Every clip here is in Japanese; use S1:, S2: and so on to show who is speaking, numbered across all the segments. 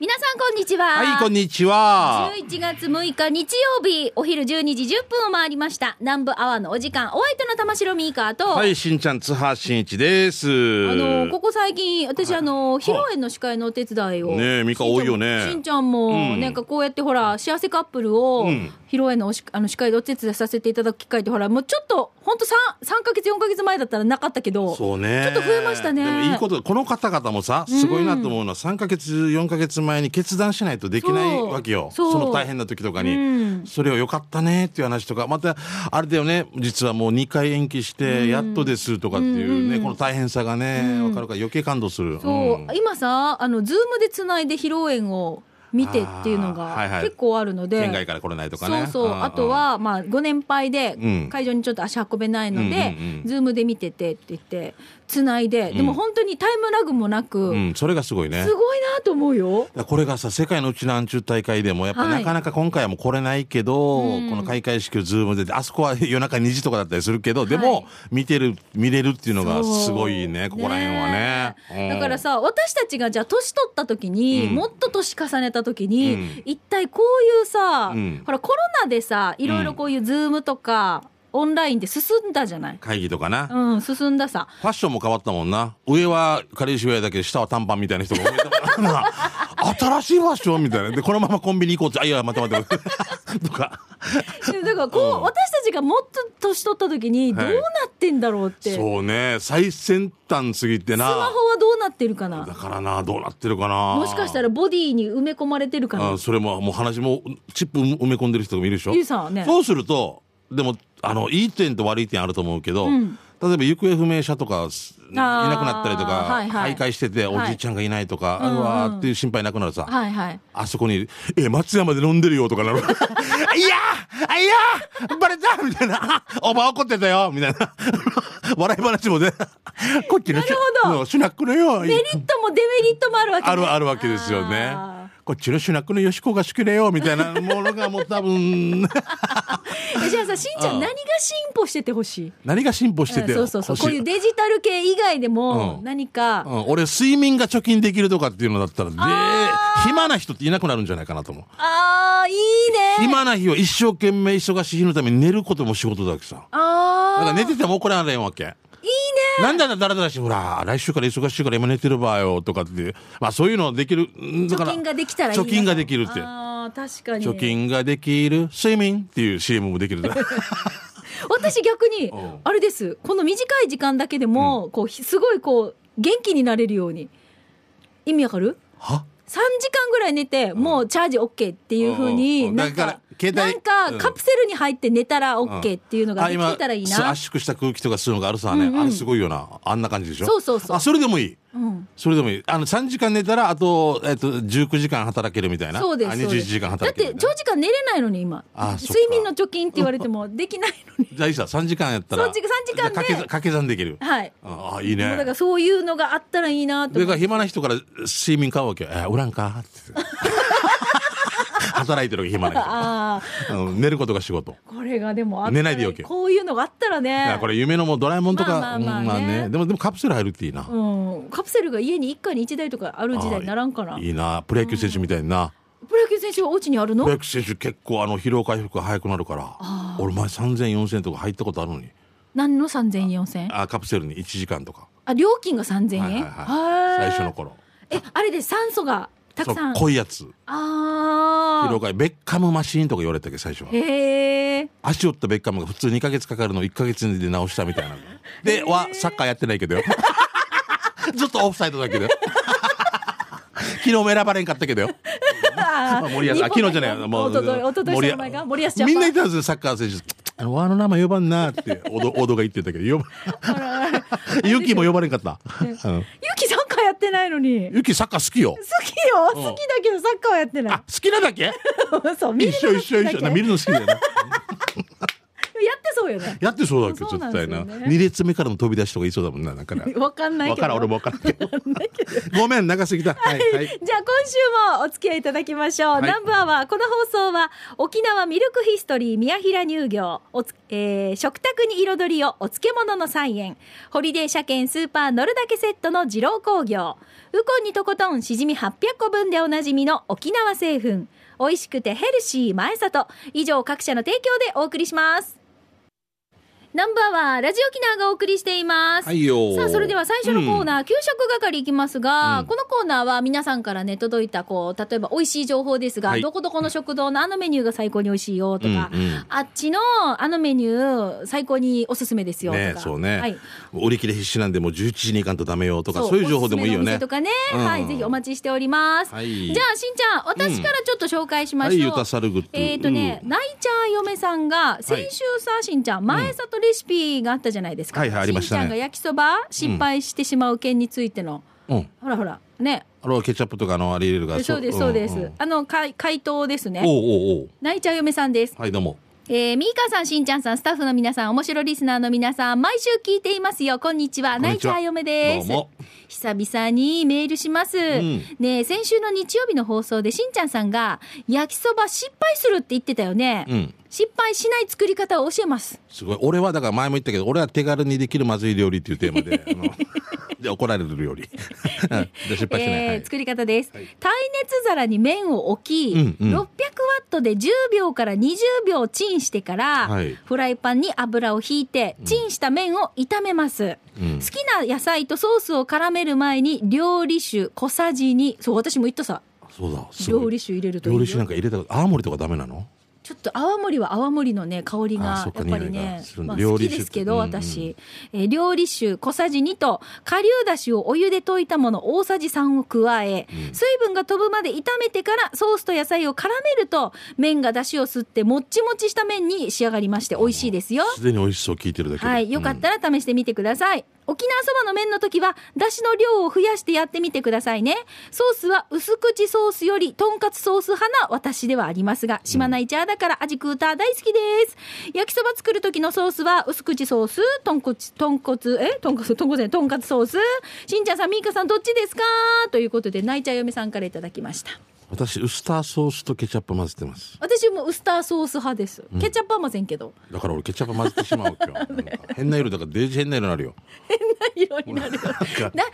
S1: 皆さんこんにちは。
S2: はい、こんにちは。
S1: 11月6日日曜日、お昼12時10分を回りました。南部アワーのお時間、お相手の玉城ミーカーと、
S2: はい、しんちゃん、津波しんいちです。
S1: あのここ最近私、あの披露宴の司会のお手伝いを
S2: ねえミカ多いよね
S1: しんちゃんも、なんかこうやってほら幸せカップルを、披露宴のおしあの司会でお手伝いさせていただく機会ってほらもうちょっと本当三三ヶ月四ヶ月前だったらなかったけど
S2: そうね。
S1: ちょっと増えましたね
S2: でもいいこと、この方々もさ、すごいなと思うのは、3ヶ月、4ヶ月前に決断しないとできない
S1: そう
S2: わけよ。
S1: そう
S2: その大変な時とか
S1: う
S2: に
S1: ん。
S2: それを良かったねっていう話とか、また、あれだよね、実はもう2回延期して、やっとですとかっていうね、この大変さがね、わかるから余計感動する。
S1: そう、
S2: ん
S1: 今さあのズームでつないで披露宴を見てっていうの
S2: あーはいは
S1: が
S2: い
S1: 結構あるので、
S2: 県外から来れないとかね。
S1: そうそう、
S2: んん
S1: あと、は、まあ、ご年配で
S2: うん
S1: 会場にちょっと足運べないので、
S2: うんうんうん
S1: ズームで見ててって言ってつないで、でも本当にタイムラグもなく、
S2: うん、それがすごいね。
S1: すごいなと思うよ。
S2: だからこれがさ、世界のうちなんちゅう大会でも、やっぱ
S1: は
S2: ないかなか今回はもう来れないけど、この開会式をズームで、あそこは夜中2時とかだったりするけど、で
S1: は
S2: も
S1: い、
S2: 見てる、見れるっていうのが
S1: そう
S2: すごいね、ここら辺はね。
S1: え
S2: うん
S1: だから、さ私たちがじゃあ年取った時に、
S2: うん
S1: もっと年重ねた時に、
S2: うん
S1: 一体こういうさ、
S2: うん
S1: ほらコロナでさいろいろこういうズームとか、オンラインで進んだじゃない、
S2: 会議とかな。フ
S1: うん、進んださ
S2: ァッションも変わったもんな。上は彼氏ウェアだけど、下は短パンみたいな人が多いと思うな 新しいファッションみたいな。で、このままコンビニ行こうって、あ、いや、待って待って 待って。とか。
S1: でだからこう、
S2: うん
S1: 私たちがもっと年取った時にどうなってんだろうって、
S2: そうね、最先端すぎて
S1: スマ
S2: な。
S1: ホはどうなってるか
S2: だ
S1: な
S2: からな、どうなってるかな。
S1: もしかしたらボディに埋め込まれてるかな
S2: あそれももう話もチップ埋め込んでる人もいるでしょ
S1: いるさね
S2: そうするとでもあのいい点と悪い点あると思うけど、
S1: ん
S2: 例えば行方不明者とかすい
S1: あー
S2: なくなったりとか、
S1: はいはい
S2: 徘徊してて
S1: はい
S2: おじいちゃんがいないとか、
S1: うんうん
S2: うわーっていう心配なくなるさ、
S1: はいはい
S2: あそこに「え松山で飲んでるよ」とか なるいやーいやーバレた!」みたいな あ「おば怒ってたよ」みたいな笑い話もねこっちのシ
S1: なるほど
S2: ュシュナックのよ
S1: メリットもデメリットもあるわけね、
S2: あるあるわけですよね
S1: あ。
S2: こっちの主役のよしこが好きだよみたいなものがもう 多分
S1: ーえじゃあさしんちゃ
S2: うんん
S1: 何が進歩しててほしい
S2: 何が進歩してて、
S1: うんそうそうそうこう
S2: 欲し
S1: い
S2: い
S1: デ
S2: う
S1: ジタル系以外でも
S2: うん
S1: 何か、
S2: うん、俺睡眠が貯金できるとかっていうのだったらで
S1: あー
S2: 暇な人っていなくなるんじゃないかなと思う、
S1: あーいいね
S2: 暇な日は一生懸命忙しい日のために寝ることも仕事だけさだから
S1: あ
S2: 寝てても怒られんわけ
S1: ーいいね
S2: なんだだらだらしてほら来週から忙しいから今寝てる場合よとかってまあそういうのできるんだか
S1: 貯
S2: ら
S1: 金ができたらいいな
S2: 貯金ができるって
S1: あー確かに
S2: 貯金ができる睡眠っていう CM も できる
S1: 私逆に
S2: うん
S1: あれですこの短い時間だけでも、こうひすごいこう元気になれるように意味わかる
S2: は
S1: ?3 時間ぐらい寝て、もうチャージ OK っていうふう
S2: う
S1: に、
S2: んうん
S1: な
S2: だ
S1: ん
S2: か、
S1: から
S2: 携
S1: なん
S2: 帯
S1: か
S2: うん
S1: カプセルに入って寝たら OK っていうのが
S2: あ
S1: で
S2: 今
S1: きたらいい
S2: す
S1: な。
S2: 圧縮した空気とかするのがあるさね、
S1: うんうん
S2: あれすごいよなあんな感じでしょ
S1: そうそうそう
S2: あそれでもいい
S1: うん
S2: それでもいいあの3時間寝たらあと,、えっと19時間働けるみたいな
S1: そうです
S2: あ
S1: そう
S2: 21
S1: です
S2: 時間
S1: だっ
S2: 働ける
S1: て
S2: みたい
S1: 長時間寝れないのに今
S2: あそっか
S1: 睡眠の貯金って言われてもできない のに
S2: なじゃあいいさ3時間やったら
S1: そう時間三時間で
S2: じゃあ掛け掛け算できる
S1: はい
S2: ああいい
S1: もうだから
S2: ね
S1: そういうのがあったらいいなと
S2: 上
S1: 思
S2: が
S1: って
S2: 暇な人から睡眠買うわけよ「えーおらんか?」って 働いてるわけ暇 な
S1: ああ
S2: 人、うん寝ることが仕事
S1: これがでもあったら
S2: 寝ないでよけ
S1: こういうのがあったら
S2: だか
S1: ね
S2: らこれ夢のもうドラえもんとか、
S1: まあまあまあね
S2: うんでもでもカプセル入るっていいな、
S1: うん、カプセルが家に一家に一台とかある時代にならんかな。
S2: いいなプロ野球選手みたいにな、
S1: プロ野球選手はお家にあるの
S2: プロ野球選手結構あの疲労回復が早くなるから俺前30004000とか入ったことあるのに
S1: 何の3000円4000円
S2: あカプセルに1時間とか、
S1: あ、料金が3000円
S2: はいはい
S1: は
S2: はいい、最初の頃
S1: え、あれで酸素がたく
S2: そう
S1: さん。
S2: 濃いやつ疲
S1: あ
S2: 労回ベッカムマシーンとか言われたっけ最初は
S1: あ。へえ。
S2: 足折ったベッカムが普通2ヶ月かかるの1ヶ月で治したみたいなではサッカーやってないけ どよずっとオフサイドだけどよ 昨日も選ばれんかったけどよ
S1: あ ー
S2: まあ森保、あ昨日じゃない、も
S1: お
S2: う、
S1: ととい、おとといの前が森保ジャパン。
S2: みんな言ってたんですよ、サッカー選手。あの、あの名前呼ばんなって、おど、 おどが言ってたけど、呼ば、ユキも呼ばれんかった。うん
S1: ゆきサッカーやってないのに。好
S2: ユキサッカー好きよ。
S1: きよ、
S2: うん
S1: 好きだけどサッカーはやってな
S2: あ、好 きなだけ
S1: い。そう、見
S2: 一
S1: る
S2: 緒一緒一緒。な見るの好きだよね。
S1: やってそそうよ ね
S2: やってそうだけど
S1: そうなん
S2: 絶
S1: です
S2: 対
S1: よね
S2: な2列目からの飛び出しとかいそうだもんなだから
S1: わかんない
S2: わ
S1: けど
S2: からん俺もわからん けどごめん長すぎたはいはい
S1: じゃあ今週もお付き合いいただきましょう。
S2: い
S1: 南部アワーこの放送は沖縄ミルクヒストリー宮平乳業おつ、えー食卓に彩りをお漬物の菜園ホリデー車検スーパー乗るだけセットの二郎工業ウコンにとことんしじみ800個分でおなじみの沖縄製粉美味しくてヘルシー前里以上各社の提供でお送りします。ナンバーはラジオ沖縄がお送りしています。
S2: はいよー
S1: さあそれでは最初のコーナー、給食係いきますが、
S2: うん
S1: このコーナーは皆さんからね届いたこう例えば美味しい情報ですが、
S2: はい
S1: どこどこの食堂のあのメニューが最高に美味しいよとか、
S2: うんうん
S1: あっちのあのメニュー最高におすすめですよとか、
S2: ねそうね、
S1: はい、
S2: 売り切れ必死なんでもう11時に行かんとダメよとかそういう情報でもいいよ
S1: おすすめのお店
S2: ね
S1: とかね、
S2: うん
S1: はいぜひお待ちしております。
S2: はい
S1: じゃあしんちゃん私からちょっと紹介しま
S2: は
S1: しょう。
S2: いユタサルグッズ
S1: えっ、とね、
S2: うん
S1: ナイチャー嫁さんが先週さ、しんちゃん前里レシピがあったじゃないですか、
S2: はいはいありましたね
S1: んちゃんが焼きそば失敗してしまう件についての、
S2: うん
S1: ほらほらね
S2: あれはケチャップとかのあれ入れるから
S1: そうですそうです、
S2: んん
S1: あのかい回答です
S2: お
S1: ね
S2: うおうおう
S1: ナイチャー嫁さんです
S2: はいどうも
S1: えー、ミーカーさん、しんちゃんさん、スタッフの皆さん、面白リスナーの皆さん、毎週聞いていますよ。こんにちは。
S2: んにちは
S1: ナイチャー嫁です。
S2: どうも
S1: 久々にメールします。
S2: ん
S1: ねえ先週の日曜日の放送で、しんちゃんさんが、焼きそば失敗するって言ってたよね。
S2: うん
S1: 失敗しない作り方を教えます。
S2: すごい俺はだから前も言ったけど俺は手軽にできるまずい料理っていうテーマであの で怒られる料理うんで失敗しない、
S1: え
S2: は
S1: ー
S2: い
S1: 作り方です、
S2: はい
S1: 耐熱皿に麺を置き、
S2: うんうん
S1: 600ワットで10秒から20秒チンしてから、
S2: はい
S1: フライパンに油をひいてチンした麺を炒めます、
S2: う
S1: 好
S2: ん
S1: きな野菜とソースを絡める前に料理酒小さじにそう私も言ったさ
S2: そうだすごい
S1: 料理酒入れるといい
S2: 料
S1: よ
S2: 理酒なんか入れたこと青森とかダメなの
S1: ちょっと泡盛は泡盛のね香り
S2: あ
S1: が
S2: そっ
S1: や
S2: か
S1: っぱり
S2: 匂い
S1: ね
S2: がするんだ
S1: まあ、
S2: 料
S1: 好
S2: 理
S1: き
S2: 酒
S1: ですけど
S2: うんうん
S1: 私、えー料理酒小さじ2と顆粒だしをお湯で溶いたもの大さじ3を加え、水分が飛ぶまで炒めてからソースと野菜を絡めると麺がだしを吸ってもっちもちした麺に仕上がりまして美味しいですよ。
S2: すでに美味しそう聞いてるだけで
S1: はい、よかったら試してみてください。沖縄そばの麺の時は、だしの量を増やしてやってみてくださいね。ソースは薄口ソースより、とんかつソース派な私ではありますが、島内茶だから味クーター大好きです。焼きそば作る時のソースは、薄口ソース、とんこつ、とんこつ、えとんこつ、とんこつね、とんかつソース。しんちゃんさん、みーかさん、どっちですかということで、内茶嫁さんからいただきました。
S2: 私ウスターソースとケチャップ混ぜてます
S1: 私もウスターソース派です。ケチャップはませんけど。
S2: だから俺ケチャップ混ぜてしまう今日なんか変な色だからデージ変な色になるよ
S1: 色になるよ。などんな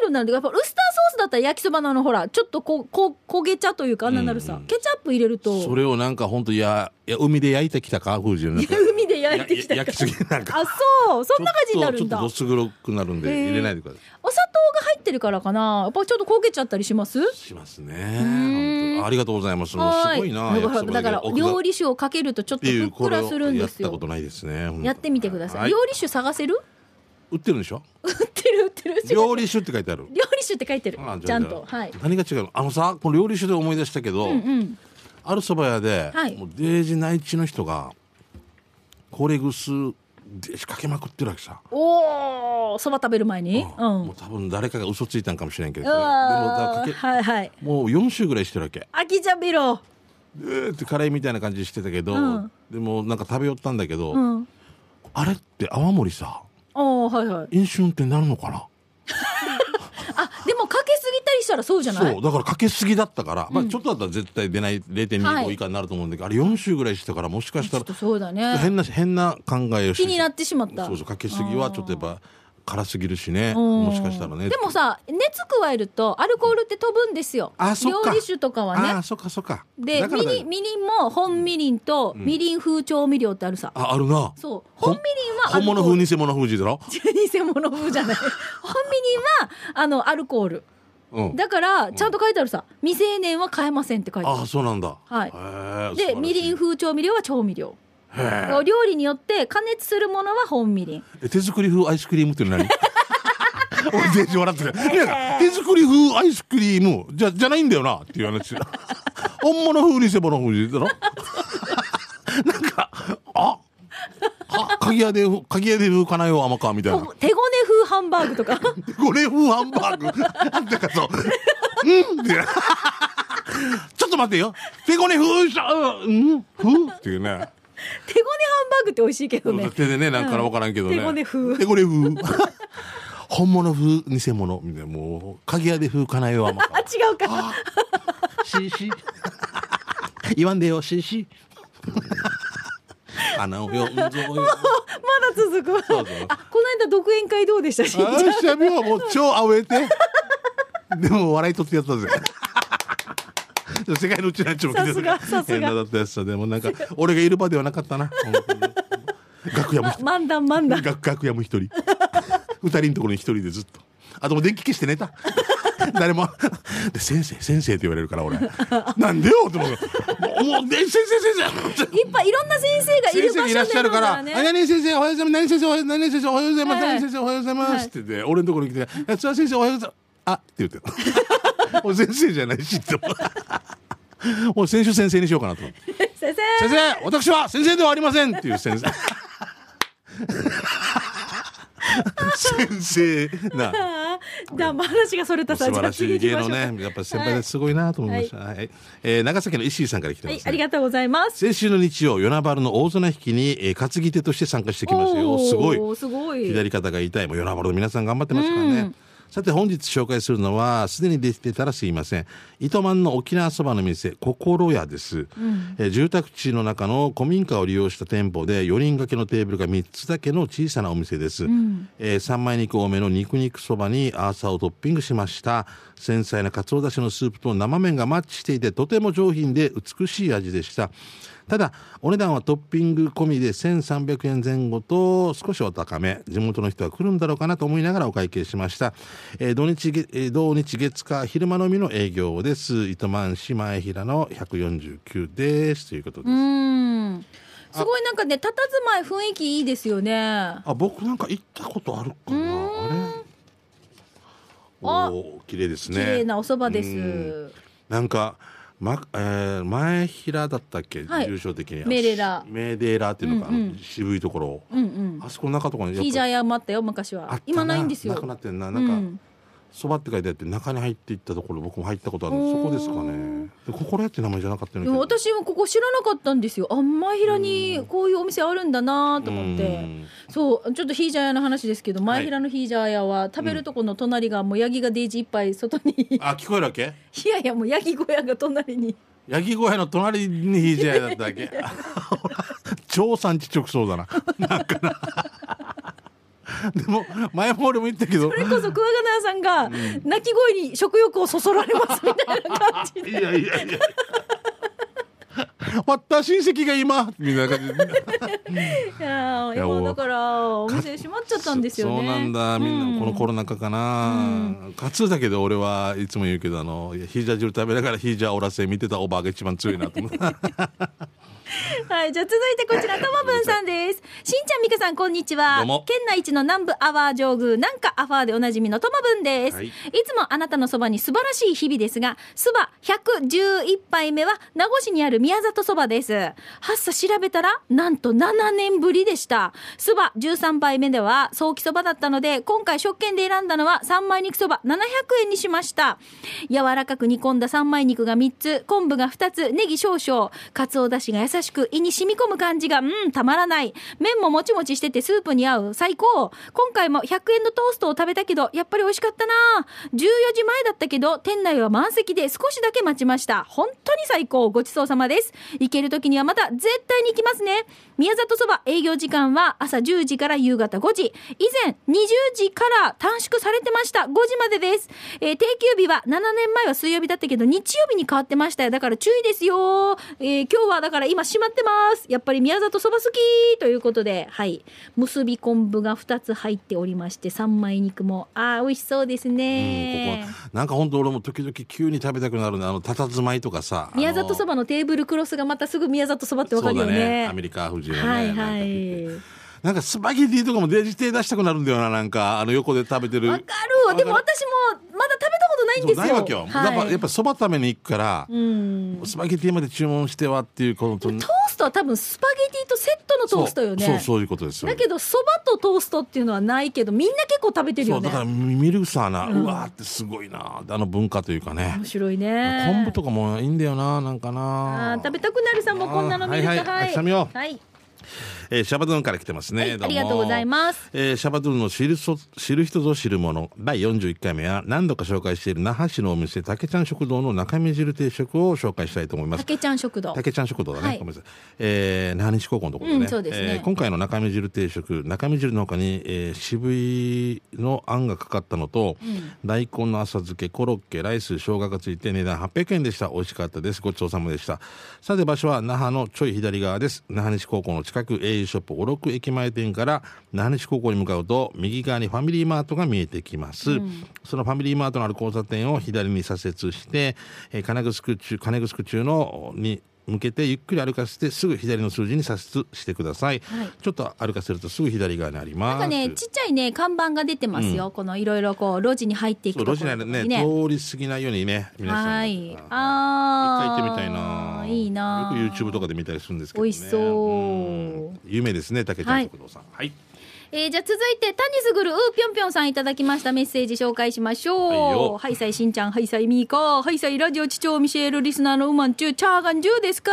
S1: 色なんだやっぱウスターソースだったら焼きそばのあのほらちょっとこうこう焦げ茶というかあんなになるさ、ケチャップ入れると
S2: それをなんかほんといやいや海で焼いてきたか風神なんか
S1: 海で焼いてきた
S2: や焼きすぎなんか
S1: あそうそんな感じにな
S2: ち
S1: る
S2: ょ
S1: ん
S2: っと
S1: だ
S2: ど
S1: お砂
S2: す黒くなるんで
S1: へー
S2: 入れないでくださ
S1: 糖が入ってるからかなやっぱちょっと焦げちゃったりします
S2: いしますね本当ありがとうございますもう
S1: は
S2: すごいな
S1: だ
S2: 焼
S1: か
S2: き
S1: ら
S2: そば
S1: だから
S2: 奥が
S1: 料理酒をかけるとちょっ
S2: っ
S1: と
S2: てい
S1: ふっ
S2: うこ
S1: く
S2: れ
S1: らする
S2: を
S1: ん
S2: や
S1: で
S2: っ
S1: す
S2: た
S1: よ
S2: ことないですねほんと
S1: やってみてください、
S2: はい
S1: 料理酒探せる
S2: 売ってるんでしょ
S1: 売ってる売ってる
S2: 料理酒って書いてある
S1: 料理酒って書いてる
S2: あじ
S1: ち
S2: あ
S1: ゃん
S2: じ
S1: と
S2: あ
S1: はい
S2: 何が違うのあのさこの料理酒で思い出したけど、
S1: うん
S2: あるそば屋で、
S1: はい
S2: もうデージ内地の人がコレグスデージかけまくってるわけさ、
S1: おおそば食べる前にう
S2: もうん多分誰かが嘘ついたんかもしれんけど
S1: う
S2: でも
S1: わー
S2: だからかけ
S1: はいはい
S2: もう4週ぐらいしてるわけ
S1: あきちゃんビロ
S2: うーってカレーみたいな感じしてたけど、
S1: うん
S2: でもなんか食べよったんだけど、
S1: うん
S2: あれって泡盛さ
S1: ああはいはい
S2: 飲酒運転になるのかな
S1: あでもかけすぎたりしたらそうじゃない
S2: そうだからかけすぎだったから、まあ、ちょっとだったら絶対出ない
S1: はい
S2: 0.25以下になると思うんだけど、あれ4週ぐらいしてたからもしかし
S1: ち
S2: た
S1: ょっ
S2: ら
S1: とそうだね
S2: 変な変な考えをして
S1: 気になってしまった
S2: そうそうかけすぎはちょっとやっぱ辛すぎるしね
S1: うん
S2: もしかしたらね
S1: でもさ熱加えるとアルコールって飛ぶんですよ
S2: あそっか
S1: 料理酒とかは
S2: あ
S1: ね
S2: あそっかそっか
S1: で
S2: だから
S1: み
S2: だよ
S1: りんみりんも本みりんとみりん風調味料ってあるさ、
S2: ああるな
S1: そう
S2: ほ
S1: 本
S2: ん
S1: みりんは
S2: 本物
S1: アルコール
S2: 風偽物風だろ
S1: 偽物風じゃない本みりんはあのアルコール
S2: うん
S1: だからちゃんと書いてあるさ未成年は買えませんって書いてある
S2: ああそうなんだ
S1: はい
S2: はい
S1: でみりん風調味料は調味料料理によって加熱するものは本みりん
S2: 手作り風アイスクリームって何 俺全然笑ってる なんか手作り風アイスクリームじゃじゃないんだよなっていう 話本物風偽物風 だろなんかああ鍵屋で鍵屋で風かなよ甘かみたいな
S1: 手ごね風ハンバーグと か
S2: ゴレフハンバーグ。 なんだかそう。うんって。 ちょっと待ってよ。ペコネフーしゃ、うん、ふーってい
S1: 手ご
S2: うね。
S1: ねハンバーグって美味しいけどね
S2: 手でねなんかわからんけどね、
S1: 手ごね風
S2: 手ごね風 本物風偽物みたいなもう鍵屋で風かなよはま
S1: あ
S2: か
S1: 違うか
S2: しし言わんでよし し穴をよんぞよ
S1: まだ続くわ
S2: そうそう
S1: あこの間独演会どうでしたしんちゃん
S2: あのしゃべはもう超あおえてでも笑い取ってやったぜ でも世界のうちなんちも来て
S1: さすがさすが
S2: 変なだったやつだでもなんか俺がいる場ではなかったな本当に楽屋も一人
S1: ま漫談漫談
S2: 楽楽屋も一人二人のところに一人でずっとあともう電気消して寝た 誰もで先生先生って言われるから俺 なんでよって思うもうもうで先生先生
S1: いっぱいいろんな 先生がいる場所
S2: 先生
S1: で
S2: いらっしゃるから「あ
S1: 飲んだね
S2: 何々先生おはようございます何々先生おはよう何々先生おはようございます
S1: はい
S2: 何々先生おはようございま
S1: は
S2: す」
S1: い
S2: って言って俺のところに来て「安田先生おはようございます」あって言って もう先生じゃないしって思う もう先週先生にしようかなと思って
S1: 先生
S2: 先生私は先生ではありませんっていう先生先生な
S1: だま話がそれたさ
S2: 素晴ら
S1: じゃ
S2: し
S1: あ
S2: い
S1: 次
S2: 芸
S1: 行き
S2: 能
S1: ましょうか
S2: ねやっぱ先輩ですごいなと思いました、はいえー長崎の石井さんから来てま
S1: は
S2: す、ね
S1: いありがとうございます
S2: 先週の日曜、与那原の大綱引きに、えー担ぎ手として参加してきましたよ。
S1: おー
S2: すごい。
S1: すごい
S2: 左肩が痛い。もう与那原の皆さん頑張ってますからね。さて本日紹介するのは、すでに出てたらすいません。糸満の沖縄そばの店、心屋です、えー住宅地の中の古民家を利用した店舗で、4人掛けのテーブルが3つだけの小さなお店です。えー三枚肉多めの肉肉そばにアーサーをトッピングしました。繊細な鰹だしのスープと生麺がマッチしていて、とても上品で美しい味でした。ただお値段はトッピング込みで1300円前後と少しお高め地元の人は来るんだろうかなと思いながらお会計しました、えー土日げえー土日月火昼間のみの営業です糸満市前平の149ですということです、
S1: うんすごいなんかね佇まい雰囲気いいですよねあ
S2: あ僕なんか行ったことあるかなあれ
S1: あ
S2: おー綺麗ですね
S1: 綺麗なお蕎麦で
S2: うん
S1: す
S2: なんか、まえー前平だったっけ、
S1: はい
S2: 住所的に
S1: メレラ
S2: メレラっていうのか、
S1: うんうん
S2: あの渋いところ、
S1: うんうん
S2: あそこの中とかにやっぱ
S1: ヒージャー屋もあったよ昔
S2: あった
S1: は今ないんですよ
S2: なくなってんな。
S1: う
S2: なんか、
S1: ん
S2: そばって書いてあって、中に入っていったところ、僕も入ったことあるんで
S1: お
S2: す。そ
S1: ー
S2: こですかね。で心屋って名前じゃなかった
S1: い
S2: の
S1: や私もここ知らなかったんですよあんま平にこういうお店あるんだなと思ってそうちょっとヒージャー屋の話ですけど前平のヒージャー屋は食べるとこの隣がもうヤギがデイジいっぱい外にい
S2: あ、聞こえるわけ。
S1: や いやもうヤギ小屋が隣に
S2: ヤギ小屋の隣にひいじゃいだった わけ。超産地直送だな。 なんかな。でも、前も俺も言ったけど
S1: そ。れこそクワガナさんが鳴き声に食欲をそそられますみたいな感じ
S2: いやいやいや。 割った親戚が今みたいな感じで
S1: いやー
S2: いや
S1: 今だからお店閉まっちゃったんですよね
S2: そうなんだみんなこのコロナ禍かな、カツだけど俺はいつも言うけどあのいやヒージャー汁食べながらヒージャーおらせ見てたおばあが一番強いな と思って
S1: はい、じゃあ続いてこちら、ともぶんさんです。しんちゃん、みかさん、こんにちは。
S2: どうも
S1: 県内一の南部アワー上宮、なんかアワーでおなじみのともぶんです、
S2: はい
S1: い。つもあなたのそばに素晴らしい日々ですが、そば111杯目は名護市にある宮里そばです。発作調べたら、なんと7年ぶりでした。そば13杯目では早期そばだったので、今回食券で選んだのは三枚肉そば700円にしました。柔らかく煮込んだ三枚肉が3つ、昆布が2つ、ネギ少々、かつおだしが優しく胃に染み込む感じが、うん、たまらない。麺ももちもちしててスープに合う。最高。今回も100円のトーストを食べたけど、やっぱり美味しかったな14時前だったけど、店内は満席で少しだけ待ちました。本当に最高。ごちそうさまです。行ける時にはまた絶対に行きますね。宮里そば営業時間は朝10時から夕方5時。以前20時から短縮されてました。5時までです。えー定休日は7年前は水曜日だったけど、日曜日に変わってましたよ。だから注意ですよ。えー今日はだから今閉まってます。やっぱり宮里そば好きということで、はい。結び昆布が2つ入っておりまして、三枚肉も、ああ、美味しそうです
S2: うん
S1: ね
S2: こ。こなんか本当俺も時々急に食べたくなるねあの佇まいとかさ
S1: 宮里そ
S2: ば
S1: ばのテーブルクロスがまたすぐ宮里そばってわかるよ
S2: そうだね
S1: ね。
S2: アメリカ富士のね、
S1: はい
S2: なんか
S1: は
S2: ピッ
S1: い。
S2: なんかスパゲティとかもデジ手出したくなるんだよななんかあの横で食べてる
S1: わかるわ。でも
S2: わか
S1: 私もまだ食べたことないんですよ。
S2: そうないわけ
S1: は
S2: よ、
S1: い
S2: やっぱやっぱそば食べに行くから、
S1: うん。
S2: スパゲティまで注文してはっていうこの
S1: トーストは多分スパゲティとセットのトーストよね。
S2: そうそうそういうことですよ
S1: だけどそばとトーストっていうのはないけどみんな結構食べてる
S2: そ
S1: よ
S2: う
S1: ね
S2: だからミルサーな、うわーってすごいなあの文化というかね
S1: 面白いね
S2: 昆布とかもいいんだよななんかな
S1: あー食べたくなるさもうこんなの見ると
S2: あーはいは
S1: は
S2: い
S1: い
S2: あしたみよう
S1: はい
S2: えーシャバドゥンから来てますね、
S1: はい
S2: ども
S1: ありがとうございます
S2: えーシャバドゥンの知るそ知る人ぞ知るもの第41回目は何度か紹介している那覇市のお店竹ちゃん食堂の中身汁定食を紹介したいと思います
S1: 竹ちゃん食堂
S2: 竹ちゃん食堂だね、
S1: はい
S2: ごめんなさい、えー、那覇西高校のところでね,、
S1: うんそうですね
S2: えー今回の中身汁定食中身汁の他に、えー、渋いのあんがかかったのと、大根の浅漬けコロッケライス生姜がついて値段800円でした美味しかったですごちそうさまでしたさて場所は那覇のちょい左側です那覇西高校の近く au ショップ五六駅前店から那覇西高校に向かうと右側にファミリーマートが見えてきます、そのファミリーマートのある交差点を左に左折して、えー金城中金城中のに向けてゆっくり歩かせてすぐ左の数字に左折してください、
S1: はい
S2: ちょっと歩かせるとすぐ左側にありま
S1: なん
S2: す
S1: かねちっちゃいね看板が出てますよ、このいろいろこう路地に入っていく
S2: そ
S1: ところ
S2: う路地内でね
S1: にね
S2: 通り過ぎないようにね皆さん
S1: はい
S2: あ
S1: ああ
S2: 一回行ってみたいない
S1: いな
S2: よく YouTube とかで見たりするんですけど、ね、
S1: 美味しそう
S2: うん有名ですね竹ちゃん食堂さんはい、
S1: えーじゃあ続いて、タニスグルうーぴょんぴょんさんいただきましたメッセージ紹介しまし
S2: はい
S1: ょう。
S2: よ
S1: はい、さいしんちゃん、はいさいみーか、はいさいラジオ地長ミシェルリスナーのウーマンチュー、チャーガンジューですか、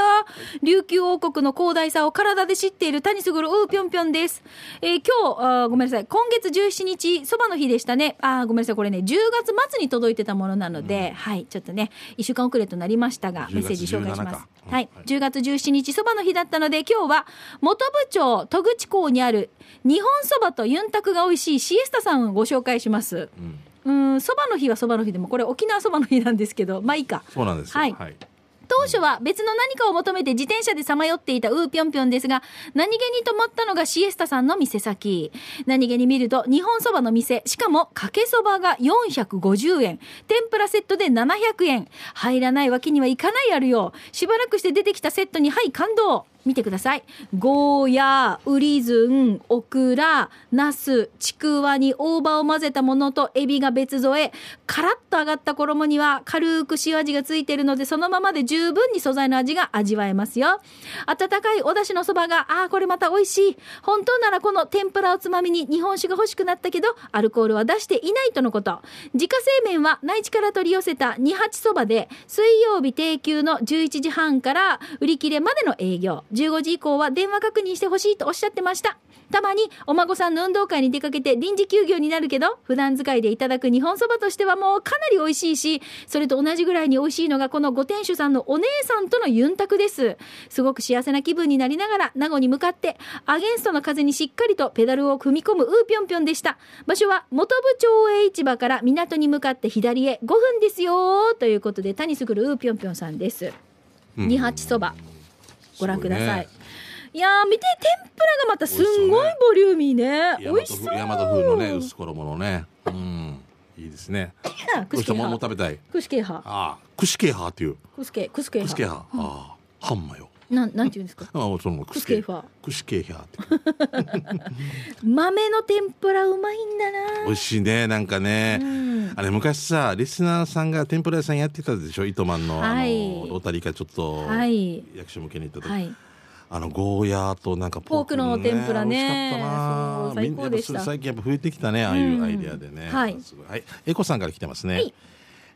S1: 琉球王国の広大さを体で知っているタニスグルうーぴょんぴょんです。えー今日あー、ごめんなさい、今月17日、そばの日でしたね。あーごめんなさい、これね、10月末に届いてたものなので、はい、ちょっとね、1週間遅れとなりましたが、メッセージ紹介し
S2: 10
S1: ま
S2: 月
S1: す
S2: 17か。うん
S1: はい、10月17日そばの日だったので今日は元部町戸口港にある日本そばとユンタクが美味しいシエスタさんをご紹介します
S2: うん、
S1: うんそばの日はそばの日でもこれ沖縄そばの日なんですけどまあいいか
S2: そうなんですよ
S1: はい
S2: はい、
S1: 当初は別の何かを求めて自転車でさまよっていたウーピョンピョンですが何気に泊まったのがシエスタさんの店先何気に見ると日本そばの店しかもかけそばが450円天ぷらセットで700円入らないわけにはいかないやるよしばらくして出てきたセットにはい感動見てくださいゴーヤーウリズンオクラナスちくわに大葉を混ぜたものとエビが別添えカラッと揚がった衣には軽く塩味がついているのでそのままで十分に素材の味が味わえますよ温かいお出汁のそばがああーこれまた美味しい本当ならこの天ぷらをつまみに日本酒が欲しくなったけどアルコールは出していないとのこと自家製麺は内地から取り寄せた二八そばで水曜日定休の11時半から売り切れまでの営業15時以降は電話確認してほしいとおっしゃってましたたまにお孫さんの運動会に出かけて臨時休業になるけど普段使いでいただく日本そばとしてはもうかなり美味しいしそれと同じぐらいに美味しいのがこのご店主さんのお姉さんとのユンタクですすごく幸せな気分になりながら名護に向かってアゲンストの風にしっかりとペダルを踏み込むウーぴょんぴょんでした場所は元部町営市場から港に向かって左へ5分ですよということで谷すぐるウーぴょんぴょんさんです
S2: うん
S1: 二八そばご覧ください
S2: すごね
S1: いやー見て天ぷらがまたすんごいボリューミーね
S2: 大
S1: 美
S2: 和
S1: 味し
S2: 風
S1: そう
S2: 大和風のね薄衣のねうんいいですねどう
S1: ク
S2: し
S1: ス
S2: た
S1: ケ
S2: もんもう
S1: ハ
S2: 食べたい
S1: クスケハ
S2: ああクシケーハーっていう
S1: クスケクスケ
S2: クスケー
S1: ハ
S2: ハーああハンマよ
S1: なんなんていうんですか
S2: ああそのク
S1: クスケーハ
S2: クシケーハーって
S1: 豆の天ぷらうまいんだ
S2: 美
S1: な
S2: 味しいねなんかね
S1: うん
S2: あれ昔さリスナーさんが天ぷら屋さんやってたでしょ糸満のあの
S1: はい
S2: ロータリーかちょっと
S1: はい
S2: 役所向けに行った時
S1: はい
S2: あのゴーヤーとなんかポー
S1: ポ
S2: ク
S1: ークの天ぷらね
S2: 美味しかったな
S1: そう最高でした
S2: みんなやっぱ最近やっぱ増えてきたねああいううんアイデアでね、
S1: はい
S2: すごいはいエコさんから来てますね、
S1: はい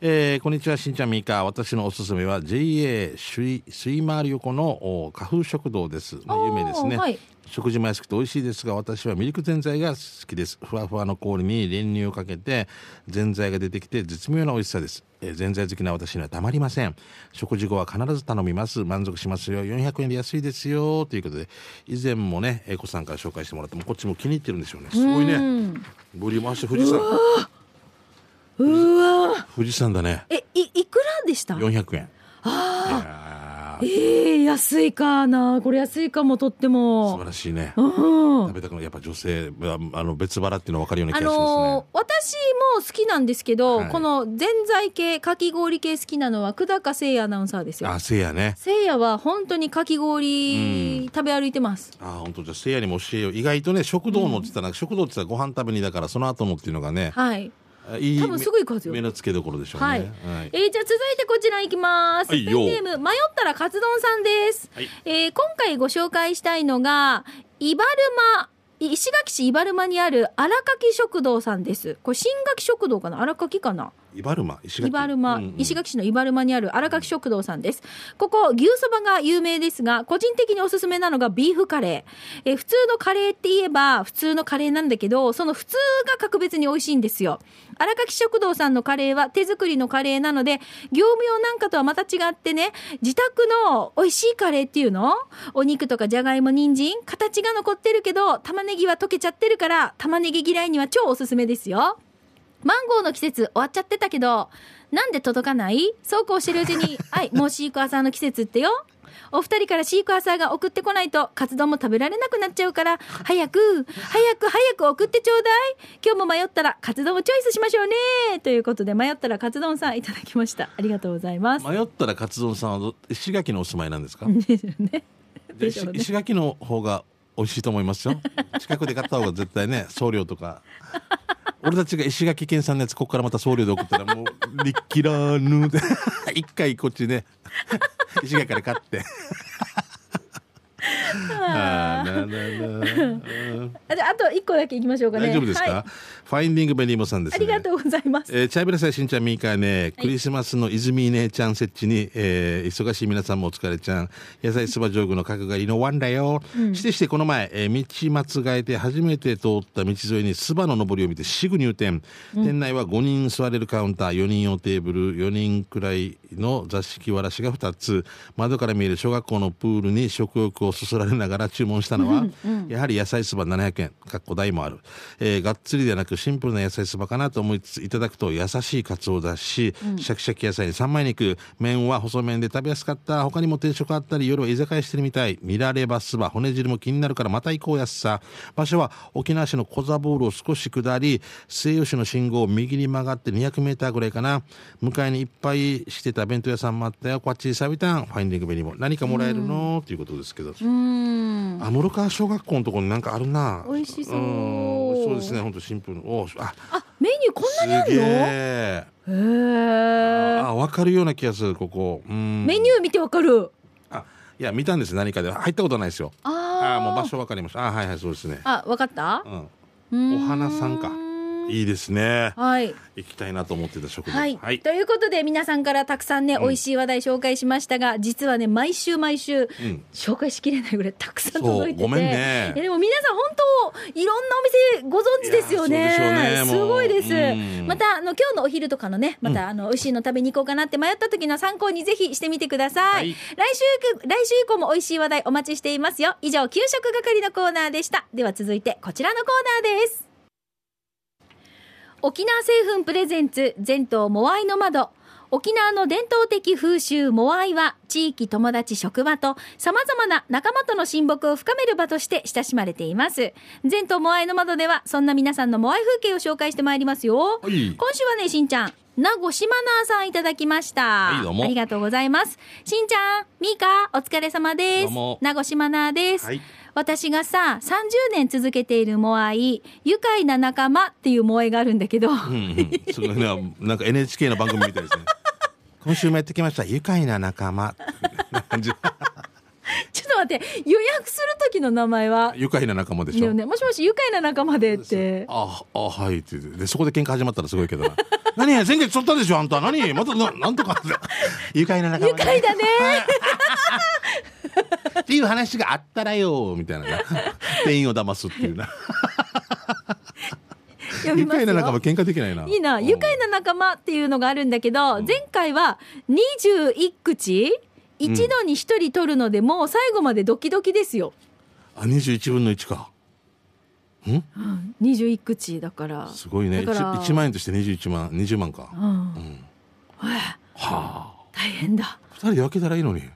S2: えーこんにちはしんちゃんみーか私のおすすめは JA 水水回り横のお花粉食堂です、まあ、有名ですね、
S1: あーはい
S2: 食事も安くて美味しいですが私はミルクぜんざいが好きですふわふわの氷に練乳をかけてぜんざいが出てきて絶妙な美味しさですえーぜんざい好きな私にはたまりません食事後は必ず頼みます満足しますよ400円で安いですよということで以前もね英子さんから紹介してもらってもこっちも気に入ってるんでしょうねすごいねボリュームあして富士山
S1: うわ
S2: 富士山だね
S1: ーえいいくらでした
S2: 400円
S1: えー、安いかなこれ安いかもとって
S2: 素晴
S1: も
S2: らしいね
S1: うん
S2: 食べたくなるやっぱ女性ああの別腹っていうの分かるような
S1: あ
S2: 気がしますね
S1: のー私も好きなんですけど、
S2: はい
S1: このぜんざい系かき氷系好きなのは久高誠也アナウンサーですよ
S2: あせいやね
S1: せいやは本当にかき氷食べ歩いてます、
S2: ああ本当じゃあせいやにも教えよう意外とね食堂のって言ったら、食堂って言ったらご飯食べにだからその後のっていうのがね、
S1: はい
S2: いい
S1: 多分すぐ行くはずよ
S2: 目の付けどころでしょうね
S1: はい、
S2: はい
S1: えーじゃあ続いてこちらいきます。
S2: は
S1: ペン
S2: い
S1: ネ
S2: よ
S1: ーム、迷ったらカツ丼さんです。
S2: はい
S1: えー今回ご紹介したいのが、イバルマ、い石垣市イバルマにある荒垣食堂さんです。これ新垣食堂かな荒垣かな
S2: イバルマ石垣
S1: イバルマ、
S2: うんうん
S1: 石垣市のイバルマにある荒垣食堂さんです。ここ、牛そばが有名ですが、個人的におすすめなのがビーフカレー。えー普通のカレーって言えば、普通のカレーなんだけど、その普通が格別に美味しいんですよ。荒垣食堂さんのカレーは手作りのカレーなので、業務用なんかとはまた違ってね、自宅の美味しいカレーっていうのお肉とかじゃがいも、人参形が残ってるけど、玉ねぎは溶けちゃってるから、玉ねぎ嫌いには超おすすめですよ。マンゴーの季節終わっちゃってたけど、なんで届かないそうこうしてるうち に、はい、もうシークワーサーの季節ってよ。お二人からシークワーサーが送ってこないと、カツ丼も食べられなくなっちゃうから、早く、早く、早く送ってちょうだい。今日も迷ったら、カツ丼をチョイスしましょうね。ということで、迷ったらカツ丼さんいただきました。ありがとうございます。
S2: 迷ったらカツ丼さんはど石垣のお住まいなんですか
S1: ですよね。
S2: で
S1: でし
S2: 石
S1: ょうね。
S2: 石垣の方が美味しいと思いますよ 近くで買った方が絶対ね送料とか 俺たちが石垣県産のやつここからまた送料で送ったらもうリッキラーヌで 一回こっちね 石垣から買って あーな なな
S1: あであと一個だけいきましょうかね。
S2: 大丈夫ですか、
S1: はい
S2: ファインディングベリーモさんです、
S1: あ
S2: ね、
S1: りがとうございます。
S2: えー、チャイブラサイしんちゃんみーかーね、クリスマスの泉姉ちゃん設置に、えー忙しい皆さんもお疲れちゃん野菜そば上具の角刈りのワンだよ、してしてこの前、えー道間違えて初めて通った道沿いにそばの上りを見てすぐ入店、店内は5人座れるカウンター4人用テーブル4人くらいの座敷わらしが2つ窓から見える小学校のプールに食欲をそそられながら注文したのは、やはり野菜そば700円かっこ代もある、えーがっつりではなくシンプルな野菜そばかなと思いつついただくと優しいかつおだし、シャキシャキ野菜に三枚肉麺は細麺で食べやすかった他にも定食あったり夜は居酒屋してるみたい見らればそば骨汁も気になるからまた行こうやっさ場所は沖縄市の小座ボールを少し下り西予市の信号を右に曲がって2 0 0メーターぐらいかな向かいにいっぱいしてた弁当屋さんもあったよこっちサビタンファインディングベリーも何かもらえるの、っていうことですけど
S1: うーん。
S2: あ諸川小学校のところになんかあるな
S1: 美味しそうん
S2: 美味しそうですね本当シンプルおーあ
S1: あ、メニューこんなにあ
S2: す
S1: る
S2: げ
S1: の
S2: え
S1: へー
S2: あ分かるような気がするここうん
S1: メニュー見てわかる。
S2: あいや見たんです何かで入ったことないですよあ
S1: あ
S2: あもう場
S1: 所。
S2: 所分かりましたあはいはいそうですね
S1: あ、わかった
S2: う。ん
S1: お
S2: お花さんかいいですね
S1: はい。
S2: 行きたいなと思ってた食堂
S1: はい、
S2: はい
S1: ということで皆さんからたくさんね、美味しい話題紹介しましたが実はね毎週毎週、
S2: ん
S1: 紹介しきれないぐらいたくさん届いてて
S2: そうごめんね
S1: いやでも皆さん本当いろんなお店ご存知ですよ
S2: い
S1: ね
S2: やそうでしょうねもう
S1: すごいです、
S2: うん
S1: またあの今日のお昼とかのねまたあの美味しいの食べに行こうかなって迷った時の参考にぜひしてみてください、
S2: はい
S1: 来週来週以降も美味しい話題お待ちしていますよ以上給食係のコーナーでしたでは続いてこちらのコーナーです沖縄製粉プレゼンツ全島モアイの窓沖縄の伝統的風習モアイは地域友達職場と様々な仲間との親睦を深める場として親しまれています全島モアイの窓ではそんな皆さんのモアイ風景を紹介してまいりますよ
S2: はいはい
S1: 今週はねしんちゃん名護島奈さんいただきました、
S2: いどうも
S1: ありがとうございますしんちゃんみーかお疲れ様で
S2: どう
S1: す
S2: も
S1: 名護島奈です、
S2: はい
S1: 私がさ30年続けているモアイ愉快な仲間っていうモアイがあるんだけど、
S2: うんうんすごいねなんか NHK の番組みたいですね今週もやってきました愉快な仲間 感じ
S1: ちょっと待って予約する時の名前は
S2: 愉快な仲間でし
S1: だ
S2: ょ
S1: よねもしもし愉快な仲間でって
S2: ああはいって言ってでそこで喧嘩始まったらすごいけどな 何先月取ったでしょあんた何またななんとか って愉快な仲間
S1: 愉快だね
S2: っていう話があったらよみたいな な店員を騙すってい うな
S1: 読み
S2: 愉
S1: ます
S2: 快な仲間
S1: よ
S2: 喧嘩できないない
S1: いいな愉快な仲間っていうのがあるんだけど、前回は21口一度に一人取るので、もう最後までドキドキですよ
S2: あ21分の1か
S1: 21口だから
S2: すごいね
S1: だから
S2: 1, 万円として21万20万か、
S1: うん、
S2: はあ
S1: 大変だ
S2: 2人で分けたらいいのに
S1: こ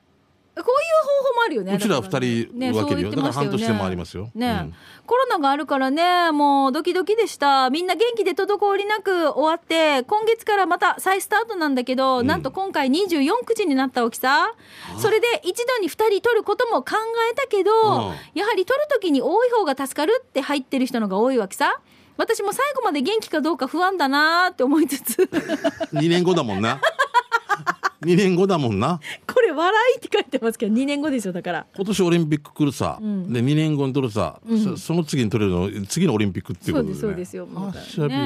S1: ういう方法もあるよね。
S2: うちら
S1: だから
S2: 二人分ける
S1: そう言っ
S2: よ
S1: てました
S2: だから半年でもありますよ
S1: ね、
S2: うん
S1: コロナがあるからね、もうドキドキでした。みんな元気で滞りなく終わって、今月からまた再スタートなんだけど、なんと今回24口になったわけさ。それで一度に二人取ることも考えたけど、
S2: うん
S1: やはり取るときに多い方が助かるって入ってる人のが多いわけさ。私も最後まで元気かどうか不安だなーって思いつつ、
S2: 2年後だもんな2年後だもんな
S1: これ笑いって書いてますけど2年後ですよだから
S2: 今年オリンピック来るさ、
S1: うん
S2: で2年後に取るさ、
S1: うん
S2: そその次に取れるの次のオリンピックっていうことで、ね、
S1: そうですそうですよ
S2: あ
S1: またね
S2: しゃべよ、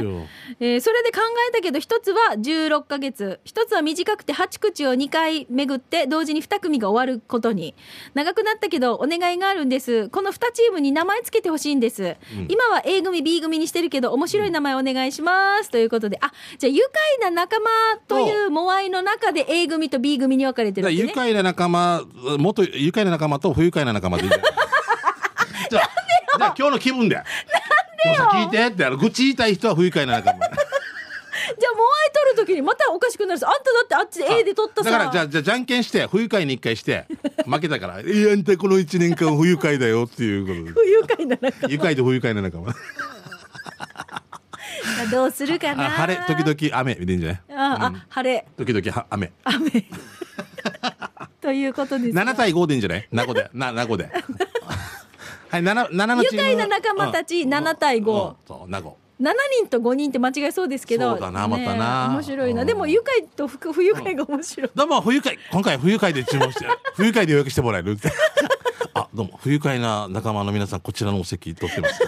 S1: えーそれで考えたけど一つは16ヶ月一つは短くて8口を2回巡って同時に2組が終わることに長くなったけどお願いがあるんですこの2チームに名前つけてほしいんです、
S2: うん
S1: 今は A 組 B 組にしてるけど面白い名前お願いしますということであじゃあ愉快な仲間というモアイの中で A 組と B 組に分かれて
S2: だ
S1: る
S2: か
S1: わ
S2: ら
S1: けね
S2: 愉快な仲間元愉快な仲間と不愉快な仲間でいいん だよじゃあじゃあ今日の気分でなんでさ聞いてってあの愚痴言いたい人は不愉快な仲間
S1: じゃあモアイ取る時にまたおかしくなるさあんただってあっちで A で取ったさ
S2: だからじゃあじゃあじゃんけんして不愉快に一回して負けたから「いやあんたこの1年間不愉快だよ」っていうことで
S1: 不愉快な仲
S2: 愉快と不愉快な仲間
S1: 間どうするか
S2: あ
S1: な
S2: 晴れ時々雨みたいなんじゃない
S1: ああ、晴れ
S2: 時々は雨
S1: 雨ということですね
S2: 7対5でいいんじ ゃない名護でな名護ではい7七のチーム
S1: 愉快な仲間たち
S2: うん
S1: 7対5
S2: うんそう名護
S1: 7人と5人って間違いそうですけど
S2: そうだなまたな
S1: ね面白いな、
S2: うん
S1: でも愉快と不不愉快が面白い、
S2: どうも、不愉快、今回不愉快で注文して、不愉快で予約してもらえる って。あ、どうも、不愉快な仲間の皆さん、こちらのお席取っ てます。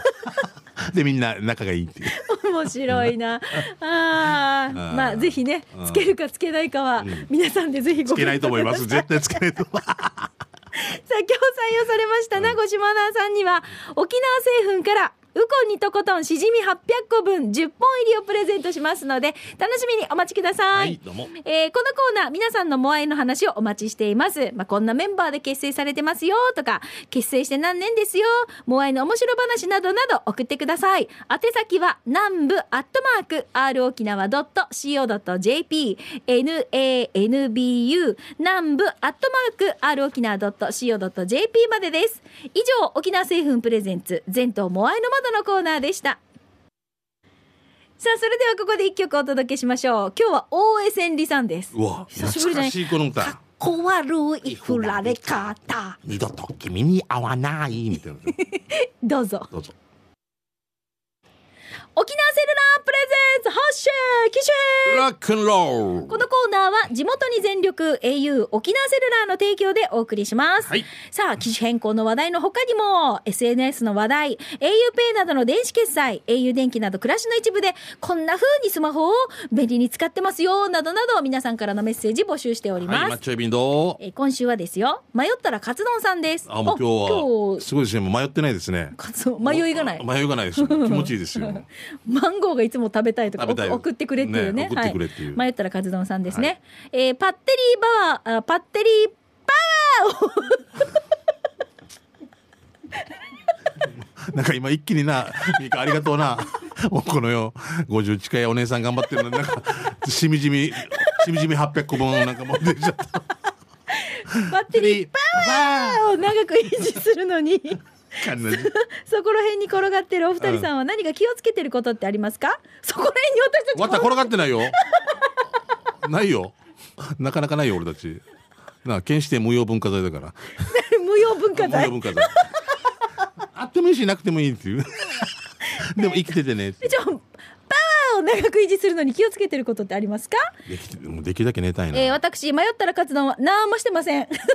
S2: で、みんな仲がいいっていう。
S1: 面白い なあー
S2: うん
S1: まあぜひね
S2: うん
S1: つけるかつけないかは、皆さんでぜひご
S2: つけないと思いま
S1: さあ
S2: す。絶対つけないと思います。
S1: 今日採用されました名越真奈さんには沖縄製粉からウコンにとことんしじみ800個分10本入りをプレゼントしますので楽しみにお待ちください
S2: どうも。
S1: えーこのコーナー皆さんのモアイの話をお待ちしています、まあ、こんなメンバーで結成されてますよとか結成して何年ですよモアイの面白話などなど送ってください宛先は南部アットマーク r 沖縄 .co.jp nanbu 南部アットマーク r 沖縄 .co.jp までです以上沖縄製粉プレゼンツ全島モアイの窓のコーナーでしたさあそれではここで一曲お届けしましょう今日は大江千里さんです
S2: うわ、
S1: 久しぶりじ
S2: 懐
S1: ゃな
S2: か
S1: い
S2: しい、この歌。
S1: 小悪い振られ方
S2: 二度と君に会わないみたいな。
S1: どうぞ
S2: どうぞ。
S1: 沖縄セルラープレゼンツ発信機種
S2: ロックンロール。
S1: このコーナーは地元に全力 au 沖縄セルラーの提供でお送りします、
S2: はい
S1: さあ機種変更の話題の他にも SNS の話題 auPay などの電子決済 au 電気など暮らしの一部でこんな風にスマホを便利に使ってますよなどなど皆さんからのメッセージ募集しております、
S2: はい、マッチョエビンどう
S1: えー今週はですよ迷ったらカツ丼さんです
S2: あ、もう今
S1: お
S2: 日
S1: 今
S2: は、
S1: 日
S2: すごいですね。もう迷ってないですね。
S1: カツ丼迷いがない
S2: お迷いがない ですね。気持ちいいですよ。
S1: マンゴーがいつも食べたいとか
S2: 食べたい
S1: 送ってくれっていうね
S2: ね送ってくれっていう
S1: はい、迷ったらカツ丼さんですね、
S2: はい
S1: えーパッテリーバワーあパッテリー
S2: なんか今一気にな、ミカありがとうな。 もうこの世、50近いお姉さん頑張ってるのになんか、しみじみ、しみじみ800個分なんか持ってきち ゃった。
S1: パッテリーバワーを長く維持するのに
S2: 感じ
S1: そこら辺に転がってるお二人さんは何か気をつけてることってありますか、そこら辺に私たち
S2: わった、転がってないよ。ないよ。なかなかないよ、俺たち。なあ、県指定無用文化財だから。
S1: 無用文化
S2: 無
S1: 財
S2: 用文化財。あってもいいし、なくてもいいっていう。でも生きててねって。
S1: じゃあパワーを長く維持するのに気をつけてることってありますか、
S2: できて、もうできるだけ寝たいな。
S1: えー私迷ったらカツ丼は何もしてません何もして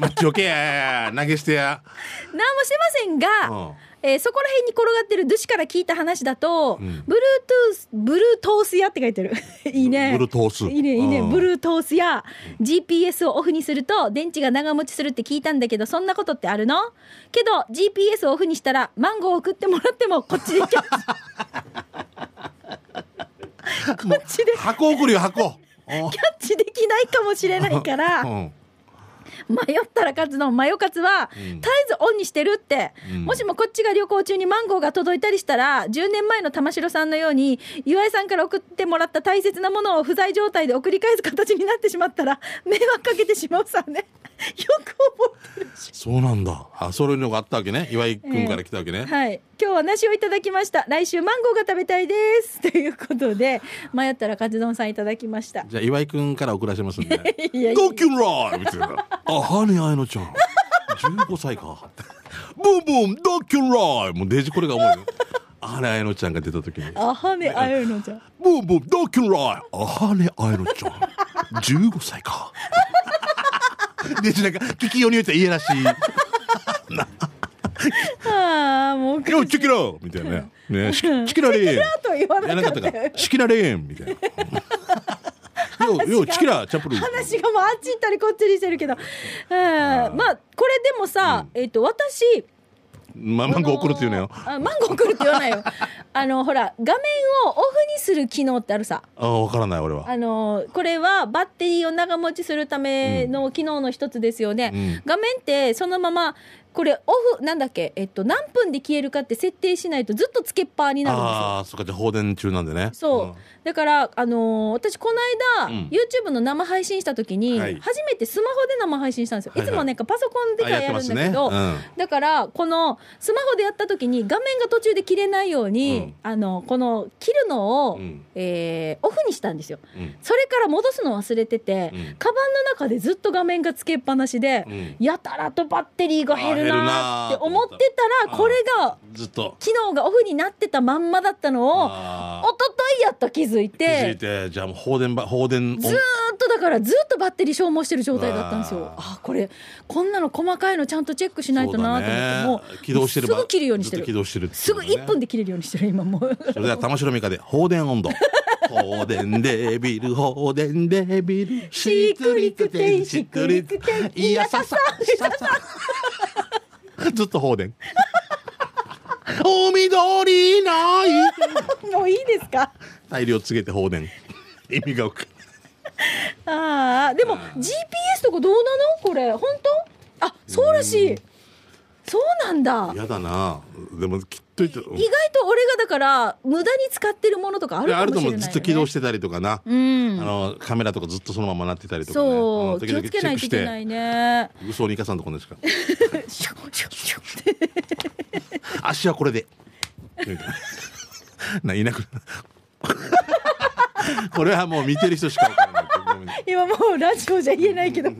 S2: マッチョけや投げしてや。
S1: ませんが、
S2: うん
S1: えーそこら辺に転がってる主から聞いた話だと、
S2: うん
S1: Bluetooth、ブルートースやって書いてる。 いいね。
S2: ブルートース
S1: いいね、いいね。
S2: うん
S1: ブルートースや GPS をオフにすると電池が長持ちするって聞いたんだけど、そんなことってあるのけど、GPS をオフにしたらマンゴーを送ってもらってもこっちで行けます。こっちで
S2: 箱送るよ、 箱。うん
S1: キャッチできないかもしれないから、
S2: うん。
S1: 迷ったら勝つのマヨカツは
S2: う
S1: 絶え
S2: ん
S1: ずオンにしてるって、
S2: うん
S1: もしもこっちが旅行中にマンゴーが届いたりしたら10年前の玉城さんのように岩井さんから送ってもらった大切なものを不在状態で送り返す形になってしまったら 迷惑かけてしまうさね よく覚えてるし
S2: そうなんだ。あ、そういうのがあったわけね。岩井君から来たわけね。
S1: はい今日は梨をいただきました来週マンゴーが食べたいです ということで迷ったらカツ丼さんいただきました
S2: じゃあ岩井君から送らせますんで。
S1: いやいや
S2: ドキュライみたいな。あ、ハニーアイノちゃん。15歳 か。ブンブン、ドキュライもうデジこれが思うよ。ハニーアイノちゃんが出た時に。
S1: あはねあよのじゃん
S2: ブンブン、ドキュライあ、ハニーアイノちゃん。15歳か。でなんか適用によっては家らしい
S1: ああもう
S2: 「よチキラー!」みたいなね「ねしチキラレーン」
S1: と言わ
S2: やら
S1: なか
S2: なか
S1: っ
S2: ったた
S1: よ
S2: から「チキラレーン」みたいな「ようようチキラーチャップルー」
S1: 話がもうあっち行ったりこっちにしてるけど、うん、まあこれでもさ、えっと私
S2: まあマンゴー送るって言うのよ
S1: あのあマンゴー送るって言わ ないよあのほら画面をオフにする機能ってあるさ
S2: ああ分からない俺は
S1: あのこれはバッテリーを長持ちするための機能の一つですよね、
S2: うん
S1: 画面ってそのままこれオフなんだっけ、えっと、何分で消えるかって設定しないとずっとつけっぱになるんですよ
S2: ああーそっかじゃあ放電中なんでね
S1: そう、だから、あのー私この間、
S2: うん
S1: YouTube の生配信した時に、
S2: はい
S1: 初めてスマホで生配信したんですよ、
S2: はい
S1: い
S2: はい
S1: つもなんかパソコンで
S2: あ
S1: か
S2: やって
S1: や
S2: ま
S1: るん
S2: す
S1: だ
S2: ね
S1: けど、だからこのスマホでやった時に画面が途中で切れないように、あのこの切るのを、
S2: うんうん
S1: えーオフにしたんですよ
S2: うん
S1: それから戻すの忘れてて、
S2: うん
S1: カバンの中でずっと画面がつけっぱなしで、
S2: うん
S1: やたらとバッテリーが減るなーって思ってたら
S2: あ減る
S1: これ
S2: なー
S1: が
S2: ずっと
S1: 機能がオフになってたまんまだったのを
S2: あー
S1: 一昨日やっと気づい
S2: 気づい
S1: て
S2: てじゃあもう放電ば放電
S1: ずーっとだからずーっとバッテリー消耗してる状態だったんです
S2: う
S1: よ
S2: わー
S1: あこれこんなの細かいのちゃんとチェックしないとなーと思っても
S2: そうだね
S1: う
S2: 起動してれば
S1: すぐ切るようにしてる
S2: ずっと起動してるってい
S1: す
S2: うの
S1: ぐ
S2: ね
S1: 1分で切れるようにしてる今もう
S2: それでは玉城美香で放電温度放電デビル放電デビル
S1: しくりくてんしくりくてん
S2: いやささささ ずっと放電お緑ない
S1: もういいですか
S2: 大量告げて放電意味がわかんない
S1: ああでも GPS とかどうなのこれ本当あそうらしいそうなんだ
S2: 嫌だなでもきっといて
S1: 意外と俺がだから無駄に使ってるものとかあ
S2: い
S1: る
S2: や
S1: か
S2: ある
S1: もし
S2: と
S1: れな
S2: 思
S1: い、
S2: う
S1: ね、
S2: ずっと起動してたりとかな、
S1: うん
S2: あのカメラとかずっとそのままなってたりとかね
S1: そ
S2: ん
S1: う
S2: 時
S1: 気を
S2: 々
S1: つけないといけないね
S2: チェックして嘘にいかさんとこんですか
S1: シュッシュッシュッって
S2: 足はこれで ないなくな これはもう見てる人しかわからないごめん
S1: 今もうラジオじゃ言えないけ ど